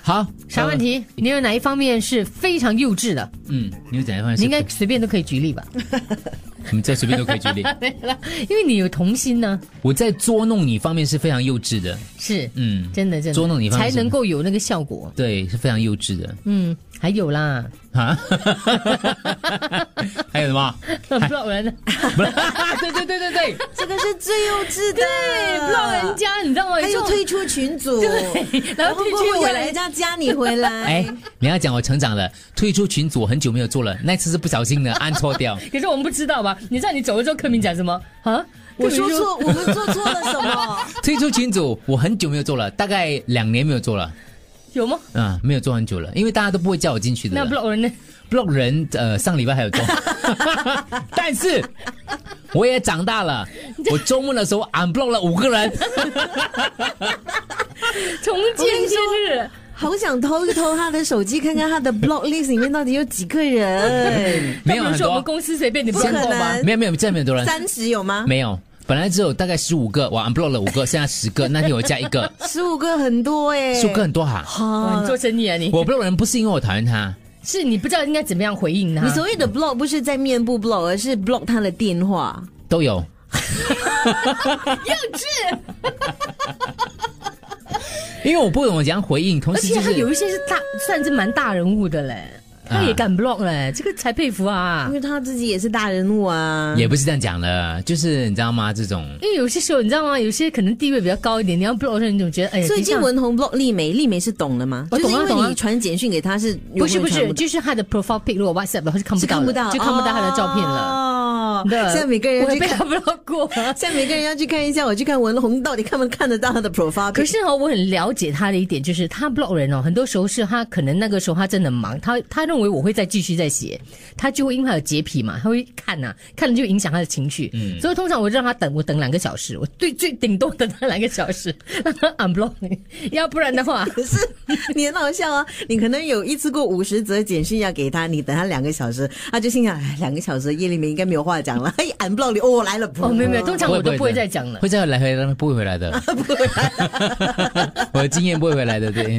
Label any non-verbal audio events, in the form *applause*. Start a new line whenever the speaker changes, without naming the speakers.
好，
啥问题？你有哪一方面是非常幼稚的？
呃？嗯，你有哪一方面
你
是？
应该随便都可以举
*laughs*
例吧？
你再随便都可以举
*laughs*
例。
没了，因为你有童心呢、
我在捉弄你方面是非常幼稚的，
是，
嗯，
真的真的
捉弄你方面
才
是
能够有那个效果。
对，是非常幼稚的
嗯，还有啦， *laughs*
啊。还有什么？
*laughs* block 人，
不是 *laughs* 对对对对
*laughs*
对，
这个是最幼稚的，
对，block 哎人，家，你知道吗？
还有
就
退出群组，
对，然后退
过
出
后
回
要
来
人。家加你回来，
哎，你要讲我成长了，退出群组我很久没有做了，那次是不小心的按错
*laughs*
掉。
可是我们不知道吧？你知道你走了之后，柯明讲什么啊？
我
柯明
说错，我们做错了
*laughs*
什么？
退出群组我很久没有做了，大概两年没有做了，
有吗？
嗯，没有做很久了，因为大家都不会叫我进去的
那
了。
block
*laughs*
人呢？
block 人，呃，上礼拜还有做，
*laughs*
但是我也长大了，我周末的时候 unblock 了五个
*laughs*
人。，
重见今日，
好想偷一偷他的手机，看看他的 block list 里面到底有几个人
没有
那
很
比如说我
多，
们公啊司随便你
不
见
可
过吗？
能，
没有没有，真的没有很多人，
三十有吗？
没有。本来只有大概十五个，我 unblock 了五个，剩下十
*laughs*
个。那天我加一个，
十五个很多哎、
十五个很多哈。
哇
啊
你。做生意啊你？
嗯我 block 人不是因为我讨厌他，
是你不知道应该怎么样回应他
你。所谓的 block 不是在面部 block，而是 block 他的电话。
都有。
*laughs* 幼稚，
*laughs* 因为我不懂怎样回应，同
而
时
且
就
他有
是啊
一些是大，算是蛮大人物的嘞，他也敢 block 嘞，这个才佩服啊
因。为他自己也是大人物啊。
也不是这样讲的，就是你知道吗？这种
因为有些时候你知道吗？有些可能地位比较高一点，你要 block 人，你总觉得哎呀，
所以
这
金
样
文宏 block 丽梅，丽梅是懂了吗？
我懂啊
就是因
懂
为
啊
你传简讯给他是
不是
永
不
远传
是，
到
就是他的 profile pic 如果 WhatsApp 的话是看不
是
到
看
的，
不到，
就看不到他的照片了。
哦，
对
*laughs* 现在每个人
我
要
也
去
被他 *laughs*
看，
block 过。
现在每个人要去看一下，我去看文宏到底看不看得到他的 profile。
可是哦，我很了解他的一点就是，他 block 人哦，很多时候是他可能那个时候他真的忙，他他认为我会再继续再写，他就会因为他有洁癖嘛，他会看呐、看了就影响他的情绪，嗯，所以通常我让他等，我等两个小时，我最最顶多等他两个小时，让他 unblock，你要不然的 *laughs* 话，
可是 *laughs* 你很好笑啊！你可能有一次过五十则简讯要给他，你等他两个小时，他就心想：哎，两个小时叶丽梅应该没有话讲了。哎俺 block 你哦，来了，
哦，没有没有，通常我都
不
不会再讲了。
会 *laughs*
*laughs*
再来回来不会回来的，我的经验不会回来的，对。